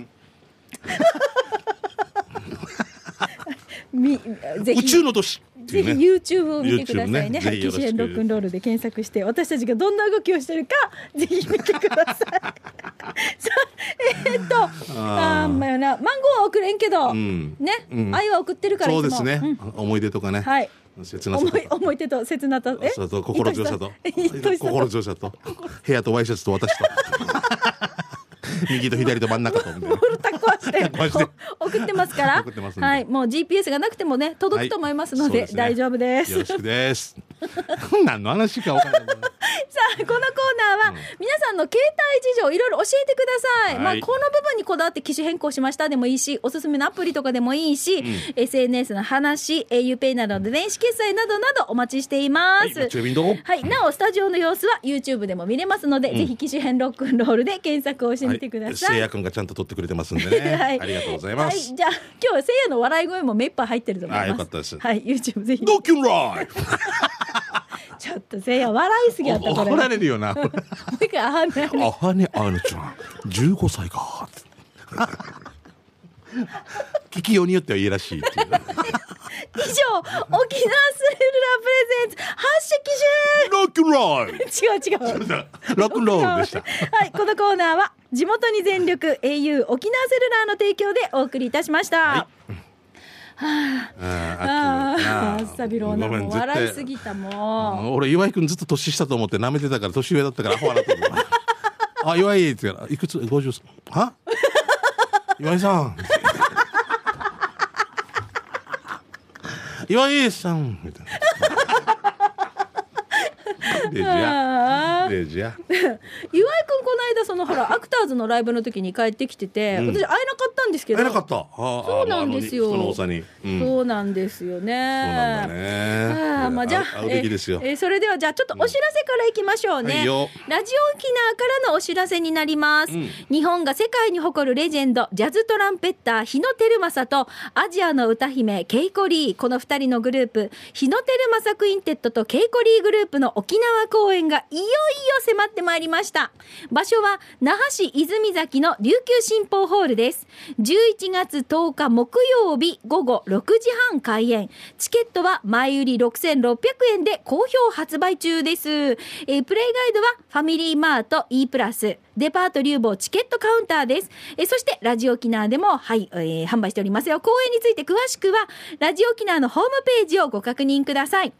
S1: みぜひ
S2: 宇宙の都市ってい
S1: ぜ
S2: う
S1: ひ
S2: ね
S1: YouTube を見てくださいね。は
S2: YouTube ね
S1: い、
S2: ぜひ
S1: 機
S2: よろしく
S1: 種編ロックンロールで検索して、私たちがどんな動きをしてるか、ぜひ見てください。 さあ、えーっと、あーまあよな、マンゴーは送れんけど、
S2: ん
S1: ね、
S2: うん
S1: 愛は送ってるから、い
S2: そ
S1: うつ
S2: で
S1: も
S2: すね、思い出とかね、
S1: はい
S2: 切なさ
S1: 思
S2: とか
S1: い、思い手と切なと、え
S2: そうそう心強さと
S1: 愛しさと愛しさと
S2: 心強さと部屋とワイシャツと私 と右と左と真ん中とみたいな
S1: タッコはして
S2: コはして
S1: お送ってますから
S2: 送ってますんで
S1: はいもう GPS がなくてもね届くと思いますので,、
S2: はそう
S1: 大丈夫です
S2: よろしくです。 何の話かわか らない。
S1: さあこのコーナーは皆さんの携帯事情いろいろ教えてください、
S2: はい
S1: まあ、この部分にこだわって機種変更しましたでもいいしおすすめのアプリとかでもいいし、SNS の話 auPay などの電子決済などなどお待ちしていま
S2: はい
S1: す、
S2: マッチョビンド
S1: はいなおスタジオの様子は YouTube でも見れますので、ぜひ機種変ロックンロールで検索をしてみてくださ
S2: せい
S1: い、
S2: やくんがちゃんと撮ってくれてますんでね。
S1: はい
S2: ありがとうございま
S1: は
S2: す。
S1: い、じゃあ今日はせいやの笑い声も目いっぱい入ってると思います
S2: あよかったです
S1: はい、YouTube ぜひ
S2: ドキュライ
S1: ちょっとせいや笑いすぎやったこれ
S2: 怒
S1: も
S2: られる よな。
S1: う一回あーね
S2: あはねあのちゃん、15歳か。 聞きようによってはいいらしいって いう。
S1: 以上沖縄スルーラープレゼンツ発色
S2: ドキュライ
S1: 集違う違う
S2: ロックンロールでした。
S1: はいこのコーナーは地元に全力 au 沖縄セルラーの提供でお送りいたしました、
S2: あ
S1: あ
S2: ー
S1: あ
S2: あっ
S1: さびろうなもう笑いすぎたもう、
S2: 俺岩井君ずっと年下と思って舐めてたから年上だったからアホ笑ってるあ岩井って言うからいくつ50は岩井さん岩井さんみたいなレジや
S1: あー
S2: レジや
S1: 岩井君この間そのほらアクターズのライブの時に帰ってきてて、
S2: うん
S1: 私会えなかったんですけ
S2: 会
S1: ど
S2: えなかったそう
S1: なんですよ
S2: そのおさに、うん、そう
S1: そうなんですよね
S2: なんだね
S1: ああまあじゃあ
S2: 会うべきですよ
S1: えーえーそれではじゃあちょっとお知らせからいきましょうね、
S2: はいよ
S1: ラジオ沖縄からのお知らせになります、
S2: うん
S1: 日本が世界に誇るレジェンドジャズトランペッター日野テルマサとアジアの歌姫ケイコリーこの2人のグループ日野テルマサクインテットとケイコリーグループの沖縄公演がいよいよ迫ってまいりました場所は那覇市泉崎の琉球新報ホールです11月10日木曜日午後6時半開演チケットは前売り6600円で好評発売中です、えープレイガイドはファミリーマート E プラスデパート流房チケットカウンターです。えーそして、ラジオ沖縄でも、はい、えー販売しておりますよ。公演について詳しくは、ラジオ沖縄のホームページをご確認ください。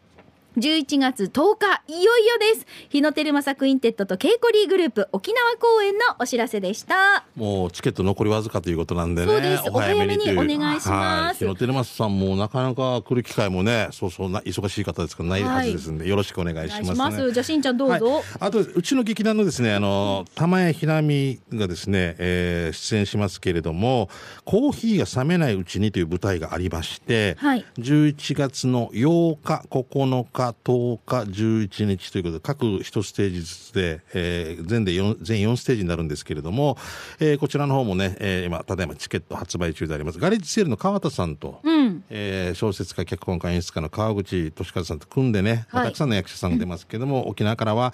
S1: 11月10日、いよいよです。日野テルマサクインテッドとケイコリーグループ沖縄公演のお知らせでした。
S2: もうチケット残りわずかということなんでね。
S1: そうです
S2: という
S1: お早めにお願いします
S2: はい日野テレマスさんもなかなか来る機会もね、そうそうな忙しい方ですからないはずですんで、よろしくお願い
S1: お
S2: し
S1: 願いし
S2: ます、ね。
S1: ます。じゃあ、しんちゃんどうぞ。
S2: はい、あとうちの劇団のですねあの玉江ひなみがですね、えー出演しますけれども「コーヒーが冷めないうちに」という舞台がありまして、
S1: はい
S2: 11月の8日9日10日11日ということで各1ステージずつで、えー全で4全4ステージになるんですけれども、えーこちらの方もね、えー今ただいまチケット発売中でありますガレージセールの川田さんと、
S1: うん。
S2: えー小説家脚本家演出家の川口俊和さんと組んでね、
S1: はい
S2: たくさんの役者さんが出ますけど も、沖縄からは、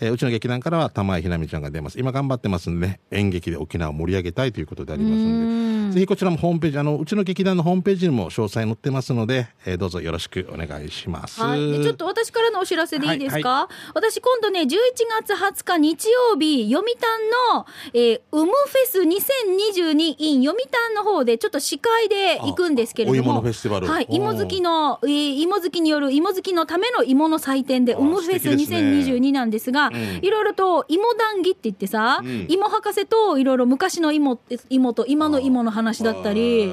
S2: えーうちの劇団からは玉井ひなみちゃんが出ます今頑張ってますんで、ね、演劇で沖縄を盛り上げたいということでありますんでぜひこちらもホームページあのうちの劇団のホームページにも詳細載ってますので、えーどうぞよろしくお願いします。
S1: はい、でちょっと私からのお知らせでいいですか、私今度ね11月20日日曜日読谷の、えー、ウムフェス2022 in 読谷の方でちょっと司会で行くんですけれども
S2: あお芋のフェスティバル
S1: はい
S2: おー
S1: 芋好きの、えー芋好きによる芋好きのための芋の祭典で
S2: あ
S1: ウムフェ
S2: 素
S1: ス
S2: 敵ですね
S1: 2022なんですが
S2: ん
S1: いろいろと芋談義って言ってさ、
S2: うん
S1: 芋博士といろいろ昔の芋って芋と今の芋の話だったり
S2: あ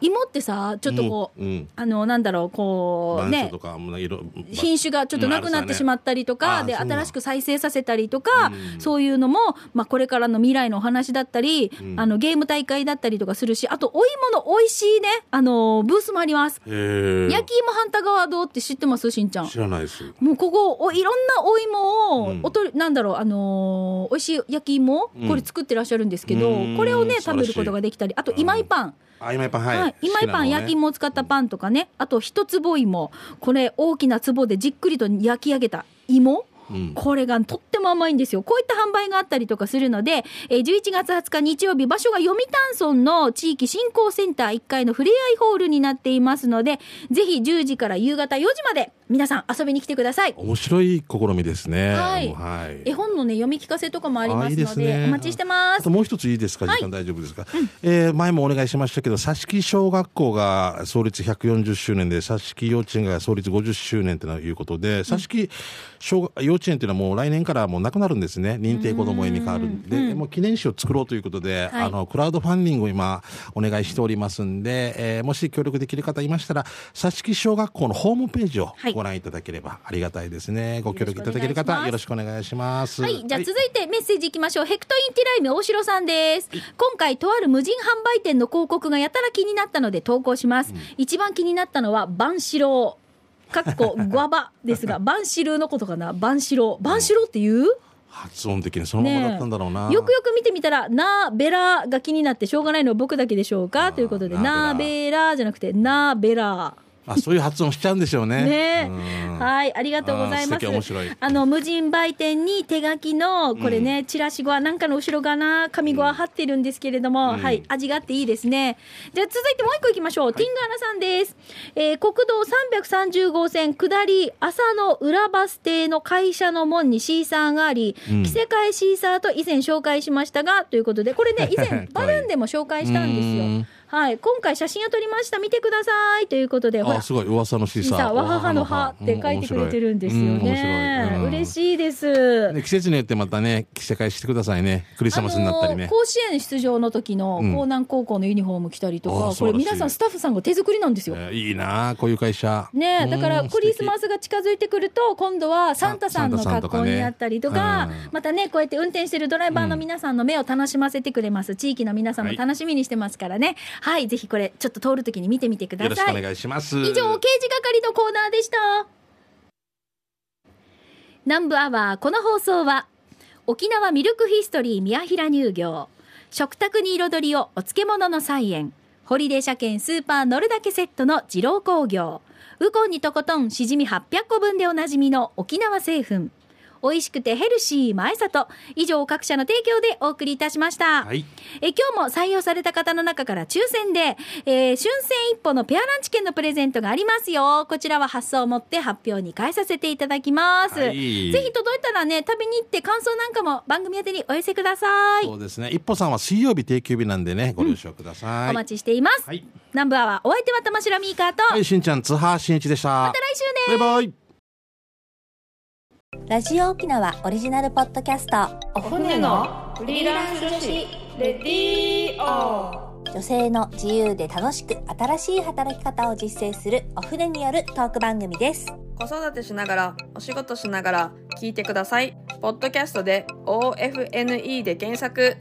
S2: ー
S1: 芋ってさちょっとこう、
S2: うんうん
S1: あのなんだろうこう
S2: 番
S1: ね
S2: 所とかもういろ
S1: 品種がちょっとなくなってしま
S2: っ
S1: ったりと
S2: まあ
S1: か、
S2: ある
S1: で
S2: さねああそうだ
S1: 新しく再生させたりとか、
S2: うん
S1: そういうのも、まあ、これからの未来のお話だったり、
S2: ん
S1: あのゲーム大会だったりとかするしあとお芋の美味しいねあのブースもあります
S2: て、へー
S1: 焼き芋反対側どうって知ってますしんちゃん
S2: 知らないです。
S1: もうここおいろんなお芋を、
S2: うん
S1: おとなんだろうあのー美味しい焼き芋、
S2: うん
S1: これ作ってらっしゃるんですけど、
S2: うん
S1: これをね
S2: 素
S1: 食
S2: 晴ら
S1: べ
S2: しい
S1: ることができたりあと今井パン、
S2: あ今井パンはい、
S1: はい、今井パン、焼き芋を使ったパンとかね、あと一坪芋、これ、大きな壺でじっくりと焼き上げた芋。
S2: うん
S1: これがとっても甘いんですよ。こういった販売があったりとかするので、えー11月20日日曜日、場所が読谷村の地域振興センター1階のふれあいホールになっていますので、ぜひ10時から夕方4時まで皆さん遊びに来てください。
S2: 面白い試みですね。
S1: はい
S2: もうはい
S1: 絵本のね、読み聞かせとかもありま
S2: あい
S1: す
S2: い
S1: ので、
S2: ですね
S1: お待ちしてま
S2: あ
S1: す
S2: と。もう一ついいですか、
S1: はい
S2: 時間大丈夫ですか、えー前もお願いしましたけど、佐敷小学校が創立140周年で、佐敷幼稚園が創立50周年ということで、佐敷小学幼稚園というのはもう来年からもうなくなるんですね、認定こども園に変わるんで、もう記念誌を作ろうということで、
S1: はい
S2: あのクラウドファンディングを今、お願いしておりますんで、えーもし協力できる方いましたら、佐敷小学校のホームページを
S1: はい
S2: ご覧いただければありがたいですね。ご協力いただける
S1: よろしくお願いしま
S2: 方、
S1: す
S2: よろし
S1: はい、
S2: くお願いします。
S1: じゃあ続いてメッセージいきましょう。ヘクトインティライム大城さんです。今回とある無人販売店の広告がやたら気になったので投稿します。一番気になったのはバンシロー。かっこゴアバです が、バンシルーのことかな。バンシロー。バンシローって言う、
S2: 発音的にそのままだったんだろうな。
S1: よくよく見てみたら、なーべらが気になってしょうがないのは僕だけでしょうかということで、な
S2: な
S1: ー
S2: ー
S1: べ
S2: べ
S1: らじゃなくて、なーべら
S2: あ、そういう発音しちゃうんでしょうね。
S1: ね
S2: うん
S1: はい、ありがとうございま
S2: あ
S1: す。
S2: ー素敵面白い
S1: あの無人売店に手書きの、これね、チラシ語はなんかの後ろ側な、紙語は貼ってるんですけれども、
S2: うん
S1: はい、味があっていいですね。じゃあ続いてもう一個行きましょう。ティンガーナさんです。えー国道330号線下り、朝の裏バス停の会社の門にシーサーがあり、
S2: うん
S1: 着せ替えシーサーと以前紹介しましたが、ということで、これね、 以
S2: は
S1: 前
S2: い
S1: バルーンでも紹介したんです
S2: う
S1: よ
S2: ん。
S1: はい、今回写真を撮りました。見てください。ということで、ほら
S2: あ、すごい噂のシー
S1: 小
S2: サー。
S1: さわははのはって書いてくれてるんですよね。嬉
S2: い
S1: しいです。
S2: うん。ね季節によってまたね、着せ替えしてくださいね。クリスマスになったり
S1: あ
S2: ね
S1: の。甲子園出場の時の
S2: うん
S1: 江南高校のユニフォーム着たりと
S2: あ
S1: か、
S2: ー
S1: これ
S2: 素晴らしい
S1: 皆さんスタッフさんが手作りなんですよ。
S2: えーいいなあこういう会社。
S1: ねえ、だからクリスマ
S2: ス。
S1: スが近づいてくると、今度はサンタさんの
S2: サンタさん
S1: 格
S2: と
S1: 好
S2: かね
S1: になったりとか、
S2: うん
S1: またね、こうやって運転してるドライバーの皆さんの目を楽しませてくれます。地域の皆さんも楽しみにしてますからね。はい、ぜひこれ、ちょっと通るときに見てみてくだ
S2: よろし
S1: さ
S2: くお
S1: い。
S2: 願いします。
S1: 以上、刑事係のコーナーでした。南部アワー、この放送は、沖縄ミルクヒストリー宮平乳業、食卓に彩りをお漬物の菜園、ホリデー車検スーパー乗るだけセットの二郎工業、ウコンにとことんしじみ800個分でおなじみの沖縄製粉、美味しくてヘルシー前里以上各社の提供でお送りいたしました、
S2: はい
S1: えー今日も採用された方の中から抽選で、えー春戦一歩のペアランチ券のプレゼントがありますよこちらは発送をもって発表に返させていただきます、
S2: はい
S1: ぜひ届いたらね食べに行って感想なんかも番組宛てにお寄せください、
S2: そうですね一歩さんは水曜日定休日なんでねご了承ください、
S1: お待ちしています、
S2: はい
S1: 南部アワーお相手は玉城ミーカーと、
S2: はい、しんちゃん津波しんいちでしたま
S1: また来週ね
S2: バイバイ
S3: ラジオ沖縄オリジナルポッドキャスト
S4: お船のフリーランス女子レディオ
S3: 女性の自由で楽しく新しい働き方を実践するお船によるトーク番組です
S4: 子育てしながらお仕事しながら聞いてくださいポッドキャストで OFNE で検索